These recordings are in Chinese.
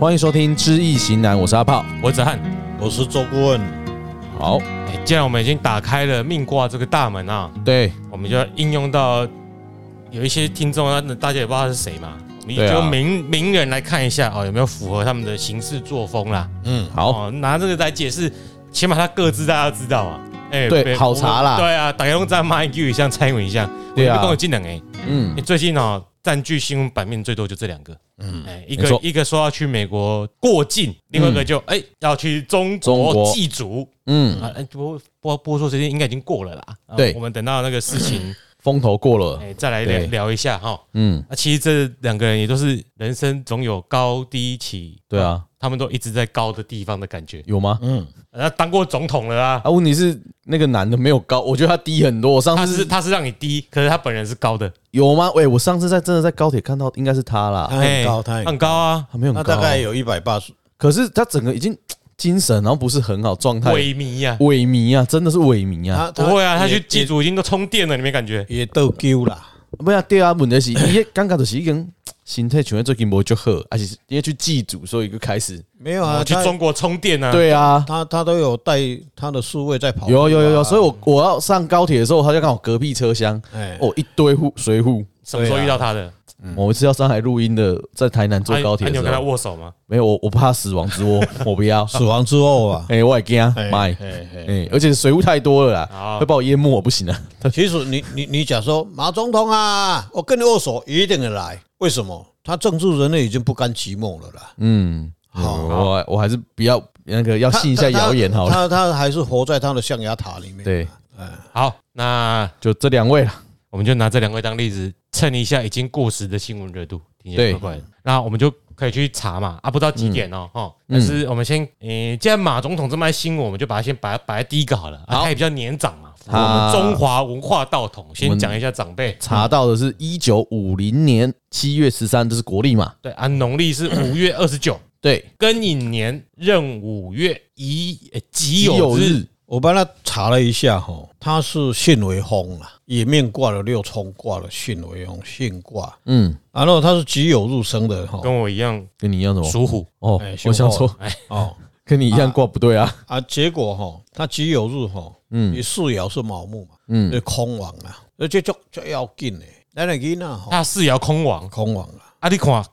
欢迎收听《知易行难》，我是阿炮。我是子翰。我是周顾问，好，哎既然我们已经打开了命卦这个大门啊，对，我们就要应用到有一些听众，啊那大家也不知道他是谁嘛，你对啊就名名人来看一下哦，有没有符合他们的行事作风啦？嗯，好，哦，拿这个来解释，起码他各自大家知道啊。哎对别好查啦我对啊，打开用在马英九像蔡英文像，对啊跟我技能哎，嗯你，最近哦占据新闻版面最多就这两个，嗯，哎，一没个错一个说要去美国过境，另外一个就哎要去中嗯中国国祭祖，嗯，啊，哎播播播出时间应该已经过了啦。啊对我们等到那个事情，风头过了，哎，再来聊对聊一下哈。嗯，那其实这两个人也都是人生总有高低起，对啊，他们都一直在高的地方的感觉。有吗？嗯啊他当过总统了啊，啊，问题是那个男的没有高，我觉得他低很多。我上他次是他是让你低，可是他本人是高的，有吗？喂，我上次在真的在高铁看到，应该是他啦，他很高，哎他很很高啊，他没有他很高啊大概有一百八十，可是他整个已经精神，然后不是很好状态，萎靡啊，萎靡啊，真的是萎靡啊。他不会啊，他也去祭祖已经都充电了，你没感觉？也斗丢啦，不要对啊，问题是，伊刚刚就是已经心态全最近无足好，而且因为去祭祖，所以就开始。没有啊，我去他中国充电啊，对啊，他他都有带他的数位在跑，有有有有，所以以我我要上高铁的时候，他就刚好隔壁车厢，哎，嗯哦，一堆户随户。什么时候遇到他的？某一次要上海录音的，在台南坐啊高铁的啊你有哎时跟他候，握手吗？没有我我怕死亡之 窝，我不要。死亡之 后啊，哎，我也惊，哎妈，哎哎哎，而且水雾太多了啦好，会把我淹没，我不行啊。其实你你你假说马总统啊，我跟你握手一定得来，为什么？他政治人类已经不甘寂寞了啦，嗯，好我我还是不要那个要他信一下他谣言好了。他他他还是活在他的象牙塔里面，对，好，那就这两位了。我们就拿这两位当例子，蹭一下已经过时的新闻热度，听起来对嗯怪怪的。那我们就可以去查嘛，啊，不知道几点哦，哈、但是我们先，诶、既然马总统这么爱新闻，我们就把它先摆摆在第一个好了，啊，好他也比较年长嘛，符合我啊们中华文化道统，先讲一下长辈。查到的是一九五零年七月十三，这是国历嘛？对啊，农历是五月二 十九，对，庚寅年壬午月乙诶己己酉酉日。日，我帮他查了一下哈，他是巽为风啊，也面挂了六冲挂了巽为风，巽卦，嗯，然后他是己酉入生的哈，跟我一样跟你一样什么？属虎，哦哎，我凶想后说哦跟你一样挂不对啊。啊，结果哈，他己酉入哈，嗯，你巳爻是卯木嘛，嗯，这空亡啊，而且就就要紧嘞，咱来囡仔哈，他四爻空亡，空亡啊，啊，你看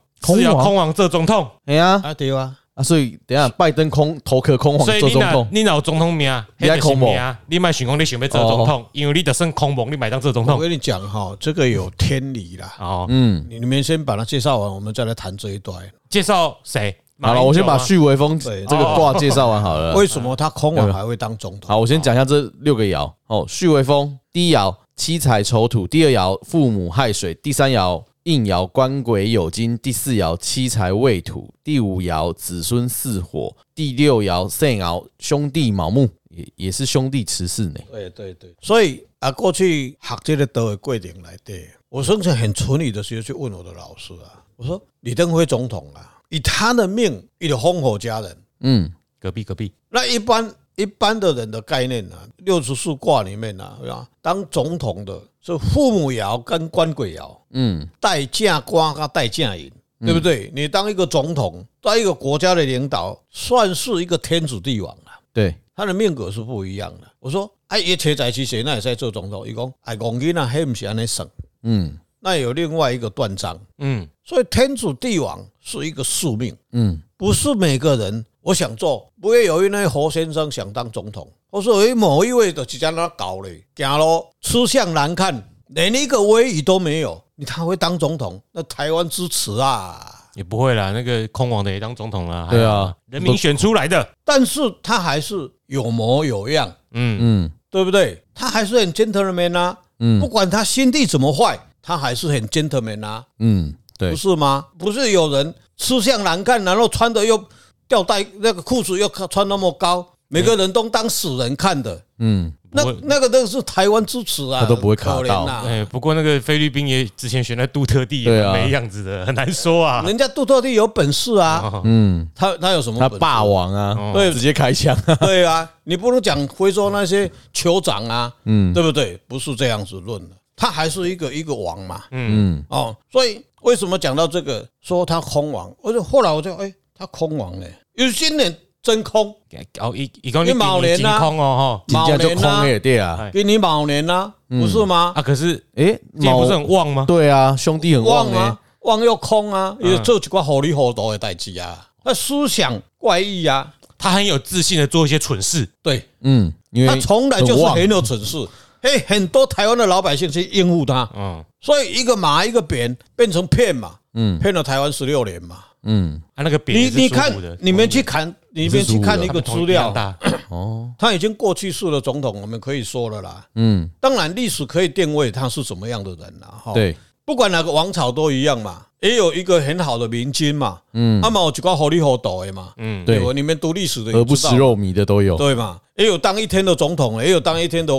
哦空四亡爻空亡这总统，哎呀，啊对啊，啊，所以等一下拜登空头壳空皇所以做你总若统，你若有总统名，你你要爱恐恐怖名，啊你卖想讲你想要做总哦统，因为你得算空蒙，你买当做总我统。跟你讲哈，这个有天理啦，哦，嗯，你你们先把它介绍完，我们再来谈这一段，介绍谁？马好了，英九啊我先把吗旭微风这对个卦介绍完好了。为什么他空亡还会当总嗯统？好，我先讲一下这六个爻。哦，旭微风第一爻七彩丑土，第二爻父母亥水，第三爻应爻官鬼酉金，第四爻七财未土，第五爻子孙巳火，第六爻肾爻兄弟卯木，也也是兄弟持世呢。对对对，所以啊，过去学这个道的过程来对，我甚至很存疑的时候去问我的老师啊，我说李登辉总统啊，以他的命，一个烽火家人，嗯，隔壁隔壁，那一般一般的人的概念呢、啊，六十四卦里面呢、啊，当总统的是父母爻跟官鬼爻，嗯，代驾官跟代驾银，对不对？你当一个总统，当一个国家的领导，算是一个天子帝王了、啊对，他的命格是不一样的。我说，哎、啊，一车载去谁那也在做总统？伊讲，哎，讲囡仔迄不是安尼算，嗯那有另外一个断章。嗯，所以天子帝王是一个宿命，嗯，不是每个人我想做，不会有一位侯先生想当总统，或是有某一位的直接那搞嘞，行咯，吃相难看，连一个威仪都没有，你他会当总统？那台湾支持啊！也不会啦，那个空王的也当总统啦。对啊还好啦人民选出来的。但是他还是有模有样，嗯，嗯对不对？他还是很 gentleman 啊，不嗯管他心地怎么坏，他还是很 gentleman 啊，嗯，对不，是吗？不是有人吃相难看，然后穿的又吊带，那个裤子又穿那么高，每个人都当死人看的。嗯。那不会那个都是台湾支持啊，他都不会卡到可怜啊哎，不过那个菲律宾也之前选在杜特地对也啊蛮没样子的，很难说啊。人家杜特地有本事啊，哦嗯，他他有什么他本事霸？王啊，对直接开枪。 对啊，你不如讲非洲那些酋长啊，嗯对不对？不是这样子论的，他还是一个一个王嘛。嗯，嗯哦，所以为什么讲到这个说他空亡？我就后来我就哎、他空亡呢、有新人真空，哦，一一共你因为卯你年金啊空哦金价就空啊，了对啊，哎给你卯年啦、嗯不是哈吗？啊，可是诶，今天不是卯很旺吗？对啊，兄弟很旺旺诶啊，，旺又空啊，嗯也做一寡糊里糊涂的代志啊，那思想怪异啊，他很有自信的做一些蠢事，对嗯，因他为从来就是很旺很有蠢事，嘿，很多台湾的老百姓去应付他，嗯，所以一个马一个扁变成骗嘛，嗯骗了台湾十六年嘛。嗯啊，那个扁你也是你舒看服的，你们去看，你们去看一个资料， 大，哦他已经过去式的总统，我们可以说了啦。嗯当然，历史可以定位他是什么样的人啦。哈，对不管哪个王朝都一样嘛，也有一个很好的明君嘛，嗯啊嘛有一个糊里糊涂的嘛，嗯，对对吧，你们读历史的何也不知道食嘛，肉糜的都有，对嘛？也有当一天的总统，也有当一天的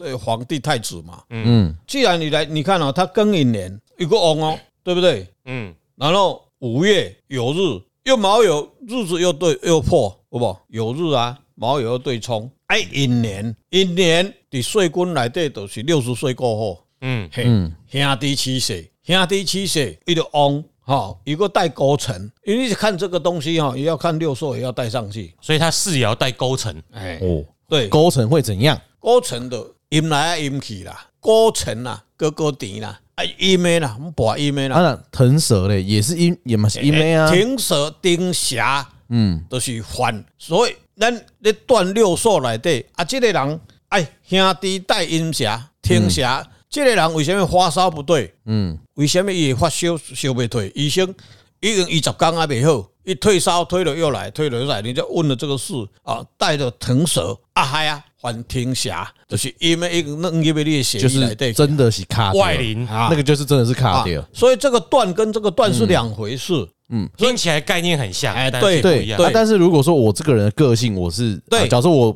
呃皇帝太子嘛。嗯既然你来，你看啊，他庚寅年有个翁哦，对不对？嗯，然后五月有日，又卯酉，日子又对又破，好不好？有日啊，卯酉又对冲，哎，寅年，寅年伫岁君内底都是六十岁过后，嗯嘿，嗯兄弟七岁，兄弟七岁，伊就旺。哈，一个带勾陈，因为看这个东西哈，也要看六兽，也要带上去。所以他事也要带勾陈，哎，哦，对，勾成会怎样？勾陈的阴来啊阴去啦，勾陈啦，哥哥甜啦，啊阴的啦，我们跋阴的啊，啦，那腾蛇嘞也是因也嘛是因为啊，哎停蛇丁霞嗯都是反，所以咱咧断六数内底啊，即、个人哎兄弟带阴邪天邪，即、个人为什么发烧不对？嗯为什么伊会发烧烧袂退？医生已经二十天还袂好，伊退烧退了又来，退了又来，你就问了这个事啊，带着疼舌啊嗨啊，反天邪，就是因为已经弄入去你的血就液是内底。真的是卡外力，灵，那个就是真的是嗯啊卡掉，，所以这个断跟这个断是两回事。听起来概念很像，哎但是对不对一样啊，但是如果说我这个人的个性我是，对啊假如说我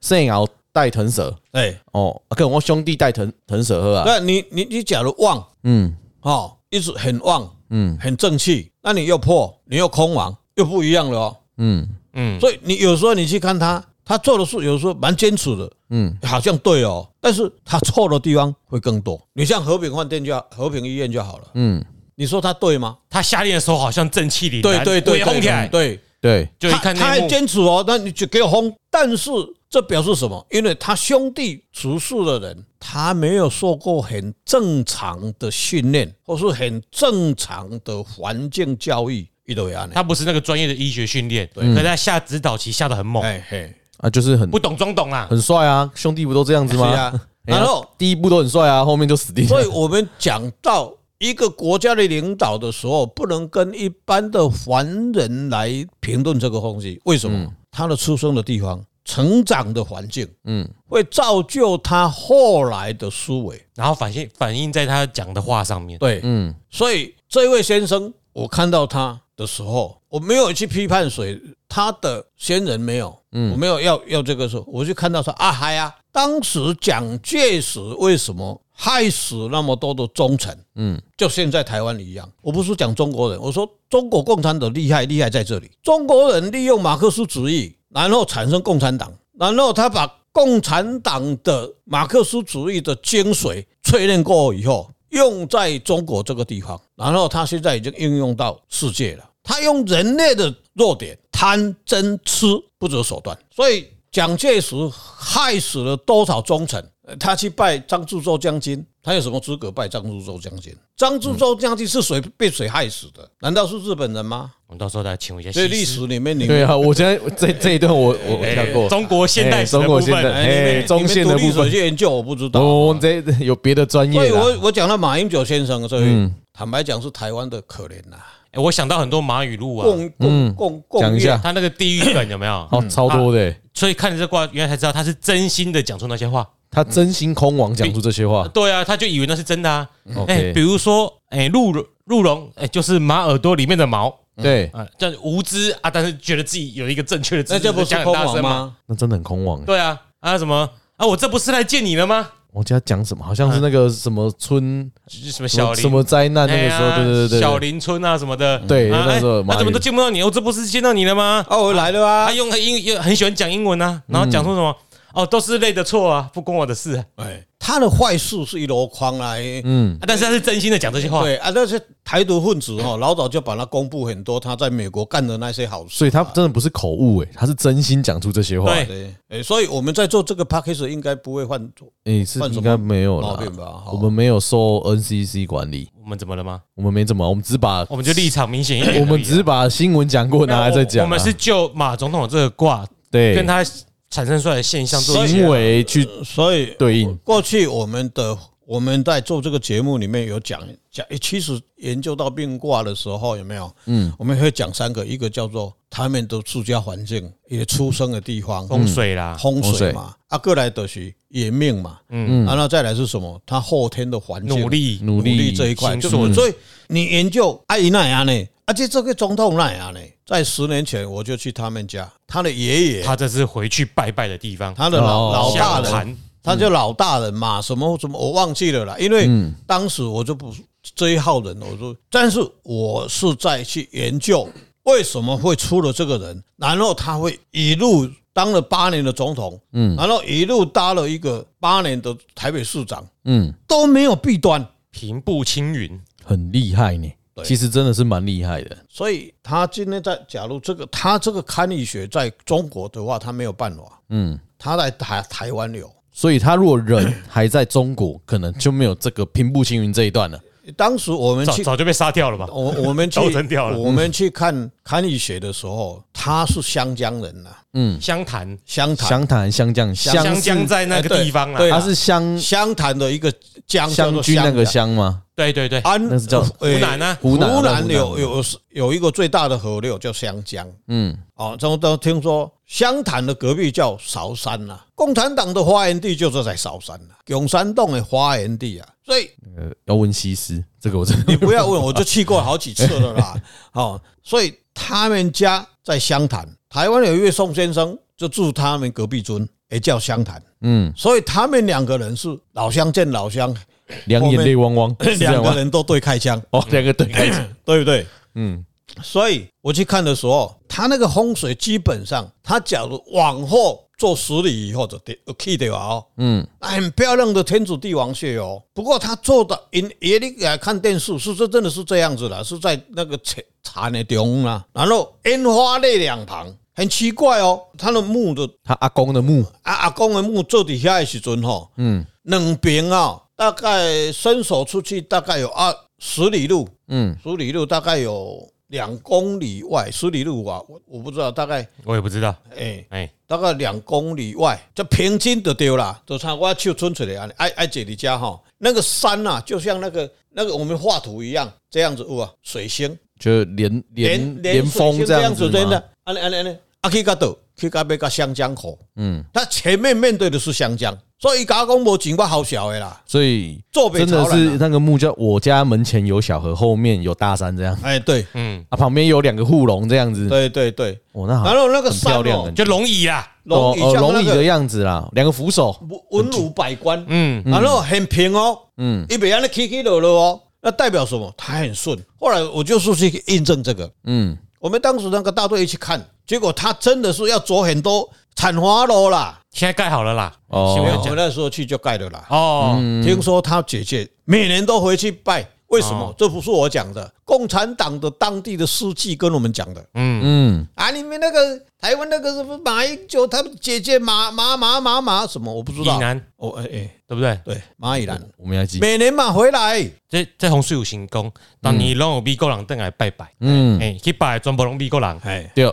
肾熬带腾蛇哎，哦，啊跟我兄弟带腾腾蛇喝啊，那你你你假如旺嗯哦，一直很旺，嗯很正气，那你又破，你又空亡，又不一样了哦。嗯嗯，所以你有时候你去看他，他做的事有时候蛮坚持的，嗯好像对哦，但是他错的地方会更多。你像和平饭店就好和平医院就好了，嗯，你说他对吗？他下令的时候好像正气凛对然，对对，轰起来，对，对，就一看他他内幕还，坚持哦，那你就给我轰。但是这表示什么？因为他兄弟直视的人，他没有受过很正常的训练，或是很正常的环境教育，一都安他不是那个专业的医学训练，可是他下指导棋下的很猛，哎嘿，啊就是很不懂装懂啦，很帅啊，兄弟不都这样子是吗？啊。 哎呀然后，第一步都很帅啊，后面就死定 所以了。我们讲到一个国家的领导的时候，不能跟一般的凡人来评论这个东西，为什么？他的出生的地方、成长的环境，嗯，会造就他后来的思维。然后反映反映在他讲的话上面，对， 嗯所以这位先生，我看到他的时候，我没有去批判谁，他的先人没有，我没有要要这个时候，我就看到说啊嗨啊，当时蒋介石为什么害死那么多的忠臣？嗯就现在台湾一样，我不是讲中国人，我说中国共产党厉害，厉害在这里，中国人利用马克思主义，然后产生共产党，然后他把共产党的马克思主义的精髓淬炼过以后，用在中国这个地方，然后他现在已经应用到世界了。他用人类的弱点贪、嗔、痴不择手段，所以蒋介石害死了多少忠臣？呃他去拜张自忠将军，他有什么资格拜张自忠将军？张自忠将军是谁被谁害死的？难道是日本人吗？我们到时候再请问一下所以西历施史里面你对们。啊，我现在这这一段我我我跳过。中国现代哎史中的部国现代分，哎，你哎们中你线们的读部历史分，去研究，我不知道。啊我们哦这有别的专所业以啦。我我讲到马英九先生，所以嗯坦白讲是台湾的可怜呐、啊，哎我想到很多马语录啊，共共共共嗯讲一下业他那个地狱梗有没有？哦，超多的欸，所以看着这卦，原来才知道他是真心的讲出那些话。欸他真心空王讲出这些话。对啊，他就以为那是真的啊。哎，哦 OK，比如说，哎，鹿鹿茸，哎，就是马耳朵里面的毛对，啊，这样无知啊，但是觉得自己有一个正确的知识，那这不讲很是空大王声嘛？吗？那真的很空王欸。对啊，啊什么啊，我这不是来见你的吗？我今天讲什么？好像是那个什么村什么什小么林什么灾难那哎个时呀候，对对对小对，林村啊什么的，对啊那时候哎马啊怎么语都见不到你？我这不是见到你了吗？哎哦，我来了他啊！嗯用英也很喜欢讲英文啊，然后讲出什么哦，都是累的错啊，不关我的事啊。哎，他的坏事是一箩筐哎来，嗯，啊但是他是真心的讲这些话，对啊，那些台独分子哦，老早就把他公布很多他在美国干的那些好事。啊所以他真的不是口误诶、他是真心讲出这些话。对对，哎，所以我们在做这个 p a c k a g e 应该不会犯错诶、是犯什么应该没有毛啦病，吧？哦哈我们没有受 NCC 管理，我们怎么了吗？我们没怎么，我们只把我们就立场明显一点而已啊。我们只是把新闻讲过拿来再讲啊、我们是就马总统这个卦对跟他产生出来的现象做一些行为去所以对应。过去我们的我们在做这个节目里面有讲讲，诶其实研究到病卦的时候有没有？嗯，我们会讲三个，一个叫做他们的住家环境，也出生的地方，风水啦，风风水水嘛，啊，过来的是也命嘛，嗯嗯，啊，那再来是什么？他后天的环境努力嗯努力这一块，行就塑是所以你研究啊阿姨那样呢，而且这个总统那样呢，在十年前我就去他们家，他的爷爷，他这是回去拜拜的地方，他的老哦老大下人，盘他就老大人嘛，什么什么我忘记了啦，因为嗯当时我就不这一号人，我就，但是我是在去研究为什么会出了这个人，然后他会一路当了八年的总统，嗯，然后一路搭了一个八年的台北市长，嗯，都没有弊端，平步青云，很厉害呢。对其实真的是蛮厉害的，所以他今天在，假如这个他这个堪舆学在中国的话，他没有办法，嗯，他在台台湾有。所以他如果人还在中国，可能就没有这个平步青云这一段了。当时我们早嗯去早就被杀掉了吧？我我们去刀真掉了我们去看看医学的时候，他是湘江人呐、湘潭湘潭湘潭湘江湘湘江是，在那个地方啊哎对啦，他对是湘湘潭的一个江叫湘做啊军那个江湘吗？对对对，安那是叫呃湖南啊湖南啊湖湖南南有有有一个最大的河流叫湘江嗯，哦，这都听说湘潭的隔壁叫韶山呐、共产党的发源地就是在韶山呐、永山洞的发源地啊，所以呃，要问西施，这个我真的 你不要问，我就去过好几次了 啦。哦，所以他们家在湘潭，台湾有一位宋先生就住他们隔壁村，也叫湘潭，嗯，所以他们两个人是老乡见老乡，两眼泪汪汪，是这两样个吗？人都对开枪，哦，两个对开始，对不对？嗯，所以我去看的时候，他那个风水基本上，他假如往后做十里以后就得去掉啊哦，嗯，很漂亮的天主帝王蟹哦。不过他做的，因也你来看电视，是这真的是这样子的，是在那个茶茶的中啦，然后烟花泪两旁，很奇怪哦，他的墓的他阿公的墓，啊阿公的墓做底下的时阵吼、嗯两边啊，大概伸手出去大概有二十里路，嗯，十里路大概有两公里外，十里路啊，我我不知道，大概我也不知道，哎、哎，大概两公里外，这平均就对啦，就像我手伸出来啊，爱爱姐你家哈，那个山呐、啊，就像那个那个我们画图一样，这样子哇，水星就连连连水峰星这样子真吗？的，安尼安尼安尼，啊去个岛，去到要个湘江口，嗯，他前面面对的是湘江，所以甲讲无钱我好小的啦，所以坐北真的朝是南、啊，那个墓叫我家门前有小河，后面有大山这样 哎对嗯，啊，旁边有两个护龙这样子。对对对，哦，那好然，后那个很山漂亮哦很，就龙椅啊啦，龙椅哦像龙那椅的个样子啦，两个扶手，文武百官，嗯，然后很平哦，嗯嗯，一边那起起落落哦，那代表什么？它很顺。后来我就是去印证这个，嗯，我们当时那个大队一起看，结果他真的是要走很多产花路啦。现在盖好了啦，哦新我闻们讲那时候去就盖了啦。哦，听说他姐姐每年都回去拜，为什么哦？这不是我讲的，共产党的当地的书记跟我们讲的。嗯，嗯，啊，你们那个台湾那个什么马英九，他姐姐马马马马马什么，我不知以道。南哦，哎哎，对不对？对，马以兰，我们要记，每年嘛回来，这这洪水有行宫，当你拢有美国人登来拜拜，嗯，哎，去拜全部拢美国人，哎， 哦对，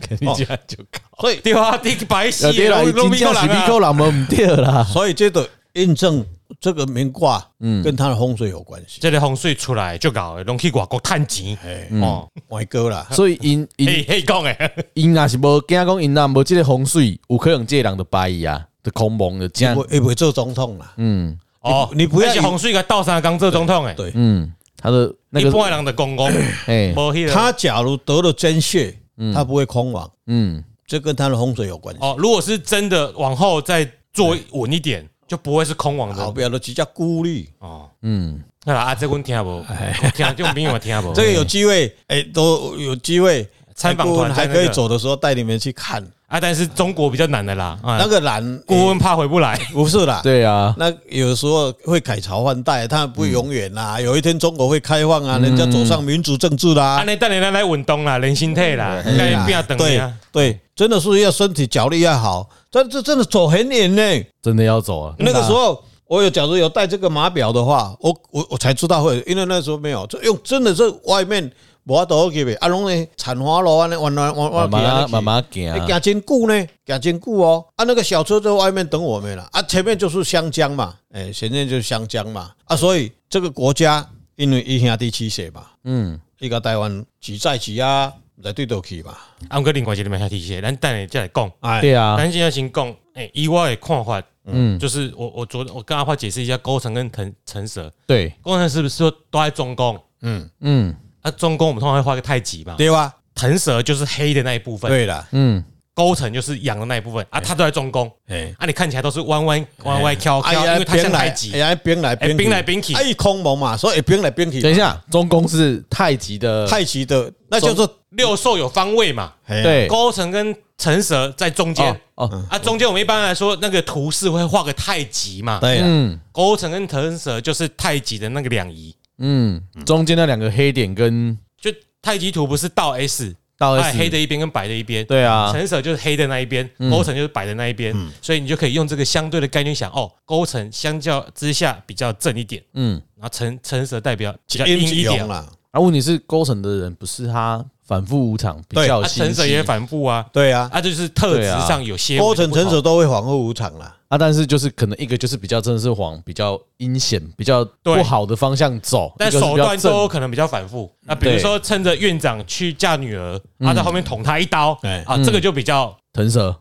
肯定这样就搞，所以对啊，你去拜死啊对的啦，已拢经拢美叫国人是啊米，够人们唔对 啦，所以这个印证这个名卦，嗯，跟它的风水有关系。这个洪水出来就搞，拢去外国趁钱，哎，哦，歪哥啦，所以因因嘿嘿讲诶，因若是无惊讲因若无即个风水，有可能即个人就拜伊啊，就空亡就嗯这样我，也不会做总统啦。嗯哦，你不要那是洪水个倒三缸做总统诶，对，嗯，他的那一般个的人的公公，哎，无迄个他假如得了真血，他不会空亡，嗯，这跟他的风水有关系。哦，如果是真的往后再做稳一点，就不会是空亡好，的不要都只叫孤立，哦。嗯，那啦，啊，这阮听无，听就朋友听无，这个有机会，哎，都有机嗯会。哎参访顾团问在还那可个以走的时候带你们去看，啊啊，但是中国比较难的啦，啊那，个懒哎顾问怕回不来，不是啦，对啊， 那有时候会改朝换代，它不永远啦。嗯有一天中国会开放啊，人家走上民主政治啦啊，。那带你来来稳东啦，人心退啦，哎该呀不要等你对啊，对，真的是要身体脚力要好，但这真的走很远呢、嗯真的要走啊了。那个时候，我有假如有带这个码表的话，我我我才知道会，因为那时候没有，这用真的是外面无法度去的，啊，拢呢产花路啊，那弯弯弯慢弯去慢慢啊慢行，那去，行真久呢，行真久哦，啊，那个小车在外面等我们了，啊，前面就是湘江嘛，哎，前面就是湘江嘛，啊，所以这个国家因为伊兄弟起势嘛，嗯，伊个台湾几在几啊，来对倒去嘛，啊，我另外一个问题是，咱等下再来讲，哎，对啊，咱现在先讲，哎，以我的看法，嗯，就是我我昨我跟阿花解释一下，勾陈跟腾腾蛇，对，勾陈是不是说都在中共？嗯，嗯啊，中共我们通常会画个太极嘛，对吧？腾蛇就是黑的那一部分，对啦，嗯，勾陈就是阳的那一部分啊，它都在中共，哎。啊，你看起来都是弯弯弯弯翘哎哦翘，因呀，为它像兵太来，极哎，呀，兵来哎兵兵来兵去哎，一空蒙嘛，所以兵来兵去。等一，下，中公是太极的，太极的那叫做哎六兽有方位嘛，嘿对，勾陈跟成蛇在中间哦哦，啊，中间我们一般来说那个图示会画个太极嘛，对啊啦，嗯勾陈跟成蛇就是太极的那个两仪，嗯，中间那两个黑点跟就太极图不是倒 S，到哎，黑 S，的一边跟白的一边，对啊，嗯成蛇就是黑的那一边，勾陈就是白的那一边，所以你就可以用这个相对的概念想，哦，勾陈相较之下比较正一点，嗯，然后成成蛇代表比较阴阴一点阳，啦，啊，问题是勾成的人不是他反复无常，比对较啊，心成蛇机也反复啊，对啊，啊，就是特质对啊上有些郭微的成不成同者都会防护无常啦，啊，但是就是可能一个就是比较真的是往比较阴险、比较对不好的方向走，但一个是手比较段正都有可能比较反复。那比如对嗯说趁着院长去嫁女儿，他在后面捅他一刀哎，啊，这个就 比较腾蛇，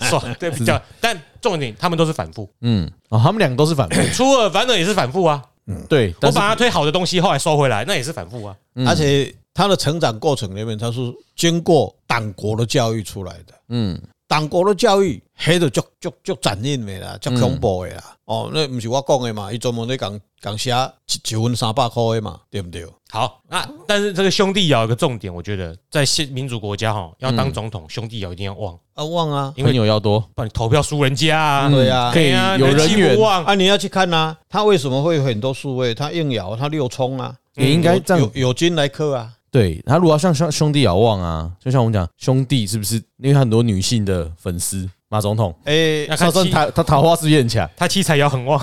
爽，对，比较。但重点他们都是反复，嗯，哦，他们两个都是 反出尔反尔也是反复啊。对，我但是把他推好的东西，后来收回来，那也是反复啊。嗯而且他的成长过程里面，他是经过党国的教育出来的。嗯，党国的教育，迄就足足足残忍的嗯啦，足恐怖的啦。哦，那不是我讲的嘛，伊专门咧讲讲写一一分三百块的嘛，对不啊对？好，那但是这个兄弟窑有个重点，我觉得在现民主国家哈，要当总统，兄弟窑一定要旺，啊，忘啊，因朋为友要多，不然你投票输人家啊，对啊可以哎呀有人气缘不，旺，啊，你要去看呐、啊，他为什么会有很多数位？他硬摇，他六冲啊，嗯也应嗯该这有样。有金来克啊，对他如果要像像兄弟遥望啊，就像我们讲兄弟是不是？因为他很多女性的粉丝，马总统，诶、那他看说七，他他桃花是不是也很 强？他七彩窑很旺，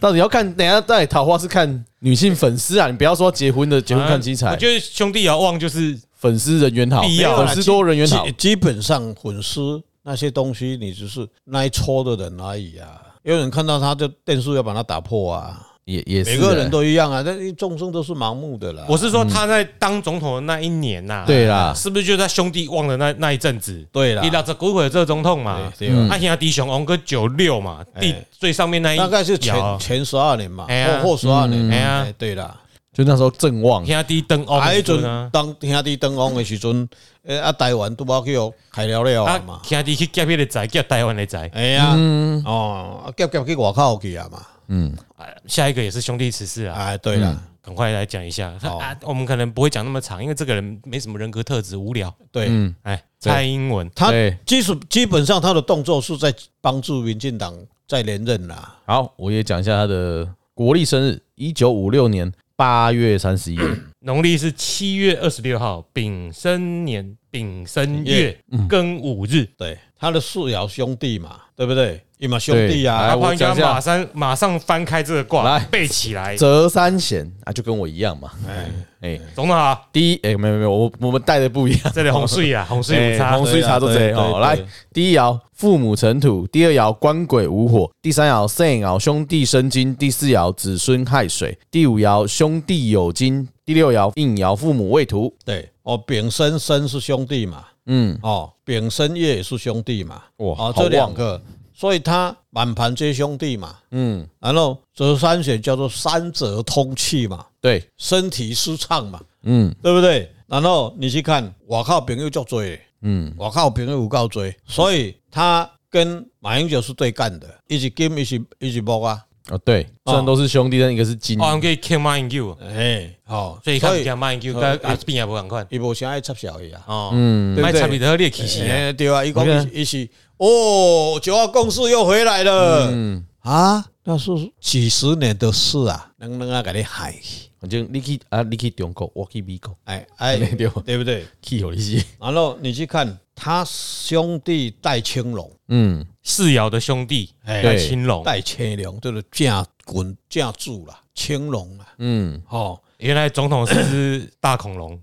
到底要看等一下到底桃花是看女性粉丝啊？你不要说结婚的结婚看七啊彩我，觉得兄弟窑旺就是粉丝人缘好，必要粉啦丝多人缘好基，基本上粉丝那些东西，你只是那一撮的人而已啊。有人看到他就电视要把它打破啊，也也是每个人欸都一样啊，但是众生都是盲目的啦。我是说他在当总统的那一年呐、对啦是不是就在兄弟旺的那那一阵子？啊对啦伊，拉这鬼鬼这总统嘛，对对啊嗯阿兄弟熊王哥九六嘛，第哎最上面那一大概是摇啊前前十二年嘛，哎呀或后十二年嗯嘛，哎呀哎对啦。就那时候正旺，兄弟登哦，啊，迄阵阵啊，当兄弟登王的时阵，诶，啊，台湾都无去哦，开了了嘛啊，。兄弟去夹迄个仔，夹台湾的仔。哎呀，嗯哦，啊，夹夹去外口去啊嘛。嗯，啊下一个也是兄弟十四啊，哎，对啦，赶快来讲一下。哦好啊，我们可能不会讲那么长，因为这个人没什么人格特质，无聊。对，嗯，哎，对蔡英文，他对基础基本上他的动作是在帮助民进党在连任啦。好，我也讲一下他的国历生日，一九五六年八月三十一， 农历是七月二十六号，丙申年丙申月嗯庚午日。对，他的四爻兄弟嘛，对不对？伊嘛兄弟对啊，哎阿我胖应该讲一下马上马上翻开这个卦来，背起来。折三弦啊，就跟我一样嘛，哎，哎，总统好，第一，哎，没有没有，我我们带的不一样， 这里红水 啊，红水哎有差红。水茶都对这啊对哦，对来对，第一爻父母成土，第二爻官鬼无火，第三爻圣爻兄弟生金，第四爻子孙亥水，第五爻兄弟有金，第六爻应爻父母未土，对，哦，丙申申是兄弟嘛，嗯，哦，丙申月也是兄弟嘛，哇哦，好这两旺个，所以他满盘皆兄弟嘛，嗯，然后折三选叫做三折通气嘛，对，身体舒畅嘛，嗯对不对？然后你去看，我靠，朋友就追。嗯，我靠，朋友有够追，所以他跟马英九是对干的，一是金，一是一是木啊。啊，对，虽然都是兄弟，但一个是金，哦，可以 can mind you，哎，好，所以看所 can 以 mind you，呃跟阿斌也不赶快伊无啥爱插小伊啊，哦，嗯，对不卖对产品的猎奇型，哎，对啊，伊你看讲伊是哦，九二共识又回来了，嗯啊，那是几十年的事啊，能能啊，给你害去，反正你去啊，你去中国，我去美国，哎哎，对对不对？去有利息，然后你去看他兄弟戴青龙，嗯，四瑶的兄弟哎戴青龙，戴青龙就是正滚正柱啦，青龙啊，嗯，哦，原来总统是只大恐龙，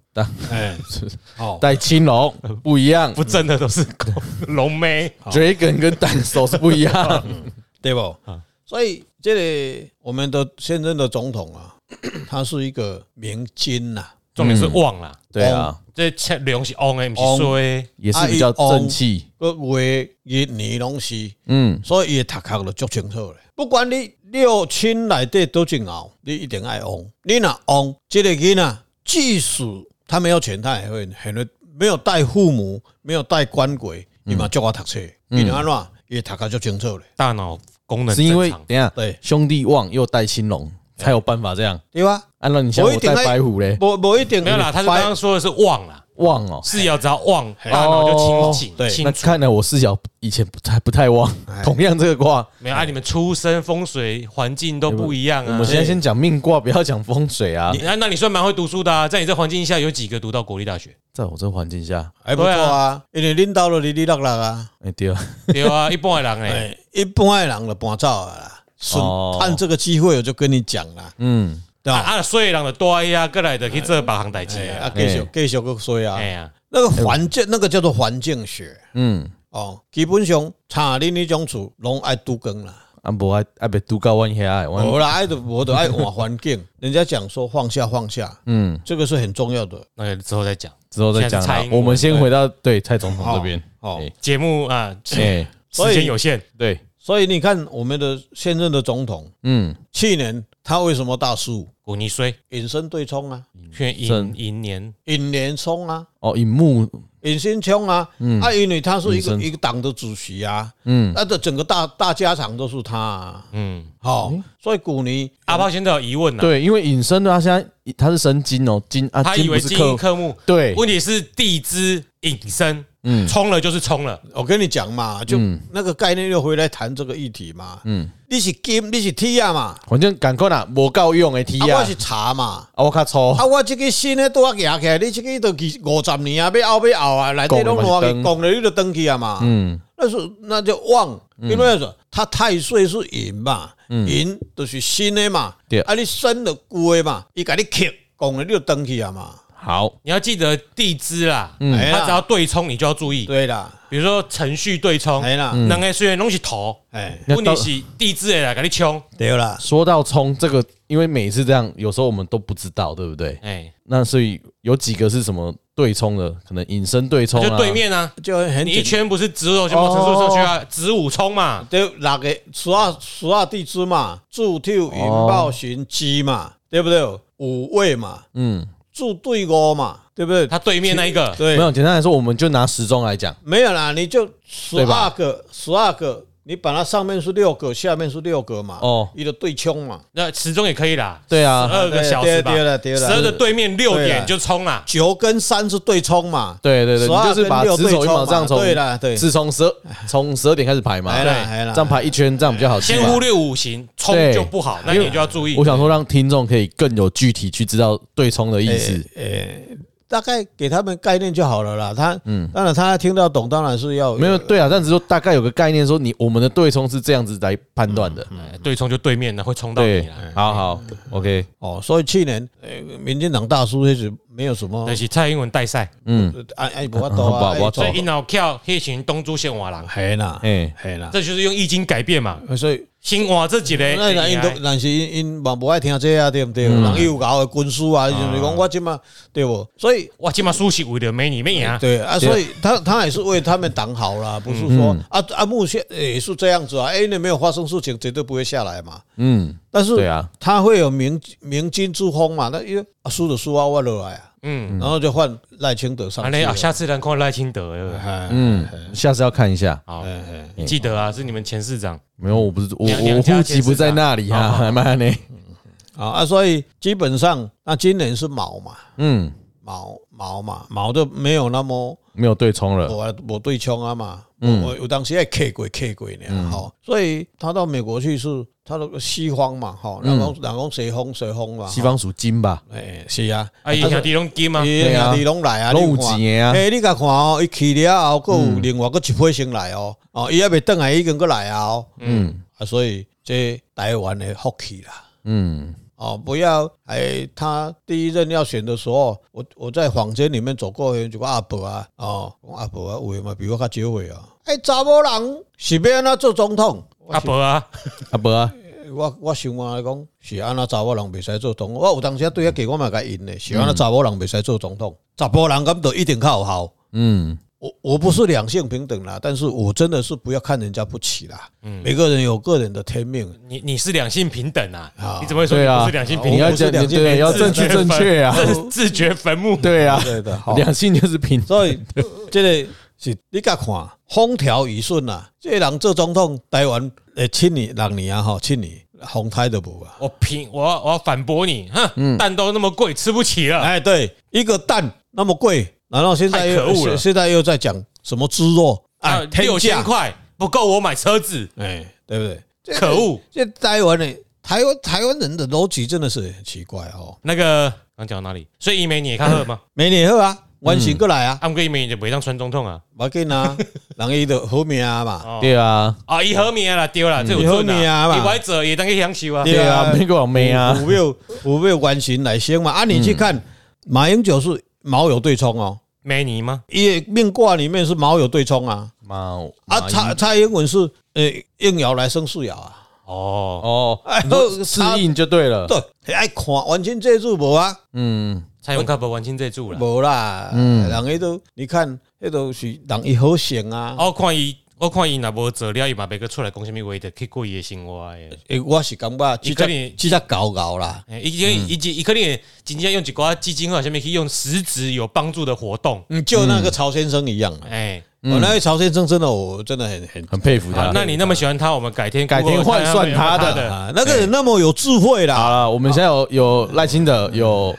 哎，哦，带青龙不一样不正的都是恐龙妹， ，Dragon 跟蛋手是不一样，对不？啊所以这里我们的现任的总统啊， 他是一个明君呐、重点是旺啦，对啊，这切龙是旺的，不旺是衰的，也是比较正气，个话伊年拢是，嗯，所以伊读壳就足清楚咧。不管你六亲内底多怎熬，你一定爱翁。你若翁，这个囡仔，即使他没有钱，他也会很会没有带父母，没有带官鬼，嗯伊嘛足我读册，伊就安怎，伊读壳足清楚咧。大脑功能是因为正等常，一下对兄弟旺又带青龙，才有办法这样。对吧？按照你像我我一定带在白虎嘞，无无一定没有啦，他是刚白刚说的是旺啦，旺哦，四瑶只要旺，大脑就清对醒，那清楚。看来我视角以前不太不太旺，哎同样这个卦，没有啊，你们出身风水环境都不一样我啊们。现在先讲命卦，不要讲风水啊你。那那你算蛮会读书的啊，在你这环境下，有几个读到国立大 学？在我这环境下，还不错对啊，因为领导了哩哩落落啊，哎对啊，对啊，一般的人哎，哎，一般的人就搬走啊啦。顺哦按这个机会，我就跟你讲啦，嗯，对啊吧？啊，所以人就多呀，过来的去做别行代志哎啊。啊，继续哎继续个说啊哎，呀，那个环境，那个叫做环境学嗯，哦。基本上，差恁迄种厝拢爱拄光啦，啊无爱爱别拄到阮遐的，无哦阮啦，爱就无就爱换环境。人家讲说放下放下，嗯这个是很重要的那个之后再讲。之后再讲现在是蔡啦英。文我们先回到对蔡总统这 边，哦。节目啊，时哎，所以间有限，对，所以你看，我们的现任的总统，嗯，去年他为什么大输？古泥水，引申对冲啊，去正银银年，引联冲啊，哦，以木，尹新冲啊，啊，因为他是一尹个生一个党的主席啊，嗯，那这整个大大家长都是他、啊，嗯，好、所以古尼阿炮现在有疑问啊了，对，因为引申的他现在他是申金哦，金啊，他金以不为是精英克，科目，对，问题是地支引申，嗯冲了就是冲了，我跟你讲嘛，就嗯那个概念又回来谈这个议题嘛，嗯嗯，你是金，你是铁啊嘛，反正赶快啦，无够用的 T 啊，啊我是，茶嘛。啊我较粗，啊！我这个新的都压起来，你这个都几五十年啊，要后要后啊，来底拢讲乱的嘛去是讲了，你就登去啊嘛。嗯那是那就旺，因为说他太岁是寅嘛，寅就是新的嘛嗯对，啊你生的旧的嘛，伊甲你克，讲了你就登去啊嘛，好，你要记得地支啦，嗯哎它啦只要对冲你就要注意，对啦，比如说程序对冲，哎啦，两个虽然拢是头，哎，嗯那问到题是地支的来给你冲，对啦，说到冲这个，因为每次这样，有时候我们都不知道，对不对？哎，那所以有几个是什么对冲的？可能隐身对冲、啊，哦就对面啊，就很你一简圈不是子午就某程度上去啊，子午冲嘛，对六个十二十二地支嘛，柱兔寅豹辰鸡嘛，对不对？五位嘛，嗯，柱对五嘛，对不对？它对面那一个，没对，有。简单来说，我们就拿时钟来讲，没有啦，你就十对二吧个，十二个，你把它上面是六个，下面是六个嘛，哦伊就对冲嘛。那时钟也可以啦，对十啊，二个小时吧，对了对了十对了二个对面六对点了就冲啦，九跟三是对冲嘛，对对对， 12你就是把跟6子丑对寅冲嘛卯这样从对啦对是从十二从十二点开始排嘛，来啦对，来啦，这样排一圈，这样比较好记先嘛。忽略五行，冲就不好，那你就要注意我。想说，让听众可以更有具体去知道对冲的意思。哎大概给他们概念就好了啦。他，嗯，当然他听到懂，当然是要没有对啊，但只是说大概有个概念，说你我们的对冲是这样子来判断嗯的。哎对冲就对面的会冲到你对啦。，好好，OK，哦。所以去年，呃，民进党大叔那时没有什么但，是蔡英文带赛，嗯，哎哎， 无法度啊，没办法所以一脑跳黑群东珠先瓦郎，嘿啦，哎，嘿啦，这就是用易经改变嘛。所以先瓦这几类，嗯那人因都，哎但是因因嘛无爱听这啊，对不对？人伊有搞的军事啊，就是讲我即嘛，对不？所以哇，起码苏西为了美女妹啊，对啊，对啊所以他他也是为他们党好啦，不是说啊啊，目前也是这样子啊。哎，你没有发生事情，绝对不会下来嘛。嗯，但是对啊，他会有明明君之风嘛？那因为啊输就输啊，我落来啊，嗯，然后就换赖清德上安去内了啊，。下次能看赖清德了。嗯，嗯，下次要看一下。好，哎你记得啊，是你们前市长。没有，我不是我两我两家户籍不在那里哦先是啊，妈呢？好啊，所以基本上那今年是毛嘛，嗯，毛毛嘛，毛就没有那么没有对冲了。我我对冲啊嘛，我我当时也 K 过 K 过呢，吼，所以他到美国去是他那个西方嘛，吼，人讲人讲西方西方嘛，西，方属金吧？哎，是哎啊，啊，伊兄弟拢金吗？伊对啊兄弟拢来啊，拢有你看钱的啊哎，你甲看哦，伊去了后，佫有另外佫一批先来哦，哦，伊还袂倒来，已经佫来啊，哦，嗯啊，所以这台湾的福气啦。嗯，哦，不要！哎，他第一任要选的时候，我我在房间里面走过有一个阿伯啊，哦，讲阿伯啊，有的嘛比我较少岁啊。哎，查某人是要安怎做总统？阿伯啊，阿伯啊，我我想话来讲，是安那查某人袂使做总统。我有当啊时对遐记我嘛甲因的，是安那查某人袂使做总统，查甫人咁就一定较有效。嗯我我不是两性平等啦，但是我真的是不要看人家不起啦。每个人有个人的天命。你你是两性平等啊？啊你怎么会说对你啊不是两性哦我平你等？要不是讲两性平对，等要正确正确啊， 自自掘坟墓。对啊，对的， 哦好。两性就是平所 以这个是你甲看风调雨顺啊，这个人做总统，台湾诶七年六年啊吼，七年风台都无啊。我平，我要我要反驳你，哼，蛋都那么贵，吃不起了。嗯哎，对，一个蛋那么贵，然后现在啊太可恶又了现在又在讲什么猪肉啊哎，天六千价，块不够我买车子，哎，对不对？这可恶！这台湾呢，台湾台湾人的逻辑真的是很奇怪哦。那个刚讲到哪里？所以伊梅你也看 贺吗？美年好啊，完成过来啊，阿姆哥伊梅就不会当川总统啊。无要紧啊，人伊的好命啊嘛。对啊，啊，伊好命啦，丢嗯啦，这有伊好命准啊嘛伊歪者也当去享受啊。对啊，美国有妹啊，五六五六完型来先嘛。啊，你去看马英九是毛有对冲哦，梅尼吗？伊的命卦里面是毛有对冲啊。妈哦啊，蔡蔡英文是诶应爻来生四爻啊，哦，哦哎，你说适应就对了。对，爱看完全这注无啊，嗯，蔡永卡不完清这注了。无啦，嗯，人迄都你看，迄都是人伊好性啊。我看伊，我看伊若无做了，伊嘛别个出来讲啥物话，就去过伊的生活的。诶，我是感觉即伊可能只即只狗狗啦，欸伊嗯伊伊伊可能会真正用一寡基金或啥物去用实质有帮助的活动。嗯，就那个曹先生一样嗯啊。哎，我那位曹先生真的，我真的很很很佩服好他，。那你那么喜欢他，我们改天啊改天 Google 换算看看有没有他的啊的。啊，那个人那么有智慧好啦。了，我们现在有有赖清德，有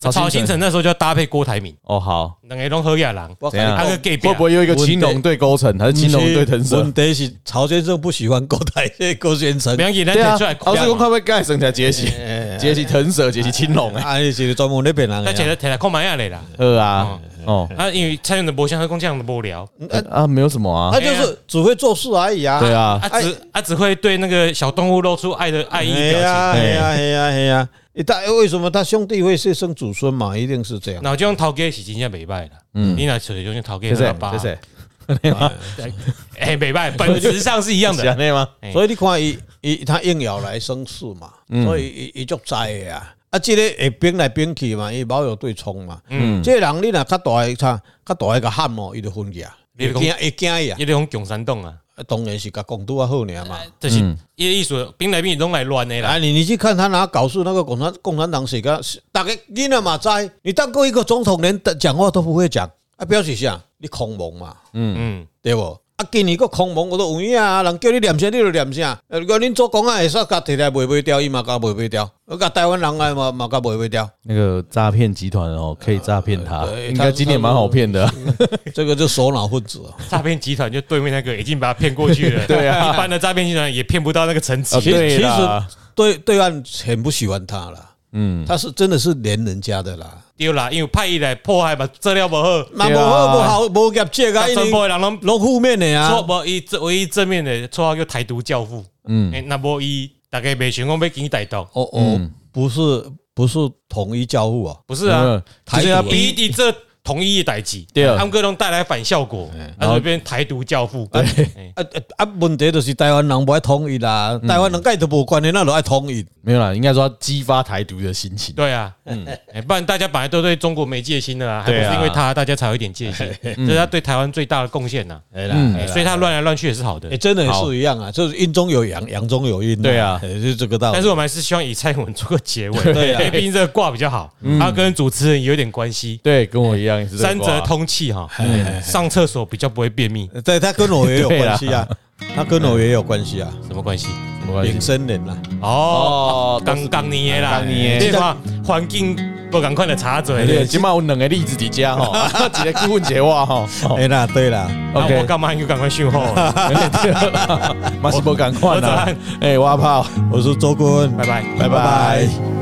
曹曹新新成成。那时候就要搭配郭台铭，哦，好，两个拢好亚人，啊我怎样哦他跟个你讲 gay 会不会又一个青龙对勾陈，还是青龙对藤问绳？题是曹先生不喜欢郭台郭先生不，要紧，咱对啊提出来，看敖世公嘛，快被盖成才杰起，杰起藤蛇，杰起青龙哎，啊，伊是专门咧骗人咱提的啊。来提来看卖下来啦。呃啊，哦啊，因为蔡英文无像他讲这样的无聊，啊，没有什么啊他，就是只会做事而哎已啊。对，啊，啊只啊只会对那个小动物露出爱的爱哎意表呀，情，哎呀，哎呀，哎呀，他为什么他兄弟会是生祖孙嘛？一定是这样。然后就用头家是真正袂歹啦。嗯，你若找就用头家谢谢来拔谢，谢，啊哎，袂歹，本质上是一 样是啊的。那吗？哎所以你看，伊伊他硬要来生事嘛，所以伊伊足灾的啊。啊，即个会变来变去嘛，伊冇有对冲嘛。嗯，即个人你若较大个差，较大个个喊哦，伊就分去啊。你会就惊讲会惊伊啊，伊咧讲共产党啊，啊当然是甲讲拄啊好尔嘛。就是嗯伊的意思，兵来兵拢来乱的啦啊，。你你去看他拿搞事那个共产共产党是个，大家你那嘛知，你当过一个总统，连讲话都不会讲，啊，表示啥？你空蒙嘛，嗯，对不？啊，今年个空蒙我都有影啊，人叫你念啥，你就念啥。呃如果恁做公啊，会煞甲摕来卖卖掉，伊嘛甲卖卖掉，我甲台湾人啊嘛嘛甲卖 卖掉，那个诈骗集团哦，可以诈骗他，嗯对应该今年蛮好骗的。这个就首脑分子啊。诈骗集团就对面那个已经把他骗过去了。 对啊一般的诈骗集团也骗不到那个层级啊。对其实啦对对岸很不喜欢他啦，嗯，他是真的是连人家的啦。对啦，因为派伊来迫害嘛，做了不好，嘛对无啊好无好无业绩啊，甲因全部的为人拢拢负面的错啊。无伊这唯一正面的绰号叫台独教父。嗯，诶，那无伊大概袂想讲要跟伊台独，哦哦，不是不是统一教父啊。不是啊，台就是要独伊逼伊这同一代志，对啊他们各种带来反效果，然后变台独教父。哎啊啊啊啊！问题就是台湾人不爱统一啦，台湾人介都无关系，那就爱统一。没有啦，应该说他激发台独的心情。对啊，嗯，哎，不然大家本来都对中国没戒心的啦，还不对是啊因为他，大家才有一点戒心，这是他对台湾最大的贡献呐。哎啦，哎啦哎所以他乱来乱去也是好的哎，。真的是一样啊，就是阴中有阳，阳中有阴、对啊哎就是这个道理。但是我们还是希望以蔡英文做个结尾，对啊 因为毕竟这个卦比较好，他跟主持人有点关系，对，跟我一样也是这个三瓜则通气哈，上厕所比较不会便秘，对他跟我也有对啦关系啊，他跟我也有关系啊，什么关系？没关丙系。申年啦，哦，哦，刚刚你耶啦，刚年的你看环境不赶快的查哎对，嘴，起码有两个例子伫遮吼， 一个顾问一个我吼。吼哎啦，对啦，啊 OK 我干嘛又赶快讯后了？ 嘛是无共款我早啦安。哎，我怕，我是周顾问，拜拜。拜拜。